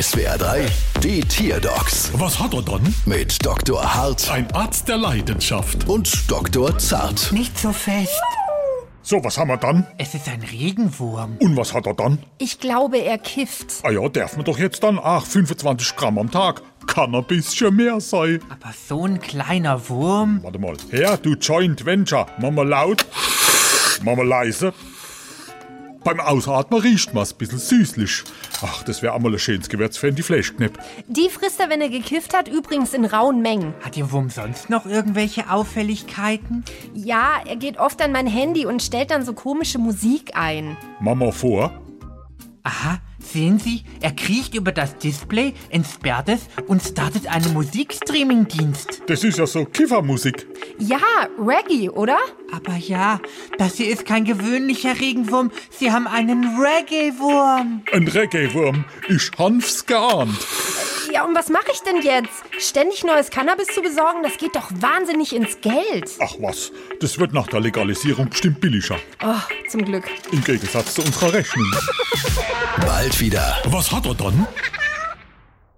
SWR 3, die Tierdocs Was hat er dann? mit Dr. Hart Ein Arzt der Leidenschaft. und Dr. Zart. Nicht so fest. So, was haben wir dann? Es ist ein Regenwurm. Und was hat er dann? Ich glaube, er kifft. Ah ja, darf man doch jetzt dann. Ach, 25 Gramm am Tag. Kann ein bisschen mehr sein. Aber so ein kleiner Wurm. Warte mal. Her, du Joint Venture. Mach mal laut. Mach mal leise. Beim Ausatmen riecht man's ein bisschen süßlich. Ach, das wäre einmal ein schönes Gewürz für in die Fleischknepp. Die frisst er, wenn er gekifft hat, übrigens in rauen Mengen. Hat Ihr Wurm sonst noch irgendwelche Auffälligkeiten? Ja, er geht oft an mein Handy und stellt dann so komische Musik ein. Mach mal vor. Aha, sehen Sie, er kriecht über das Display, entsperrt es und startet einen Musikstreaming-Dienst. Das ist ja so Kiffermusik. Ja, Reggae, oder? Aber ja, das hier ist kein gewöhnlicher Regenwurm. Sie haben einen Reggae-Wurm. Ein Reggae-Wurm. Ich hanf's geahnt. Ja, und was mache ich denn jetzt? Ständig neues Cannabis zu besorgen, das geht doch wahnsinnig ins Geld. Ach was, das wird nach der Legalisierung bestimmt billiger. Oh, zum Glück. Im Gegensatz zu unserer Rechnung. Bald wieder. Was hat er dann?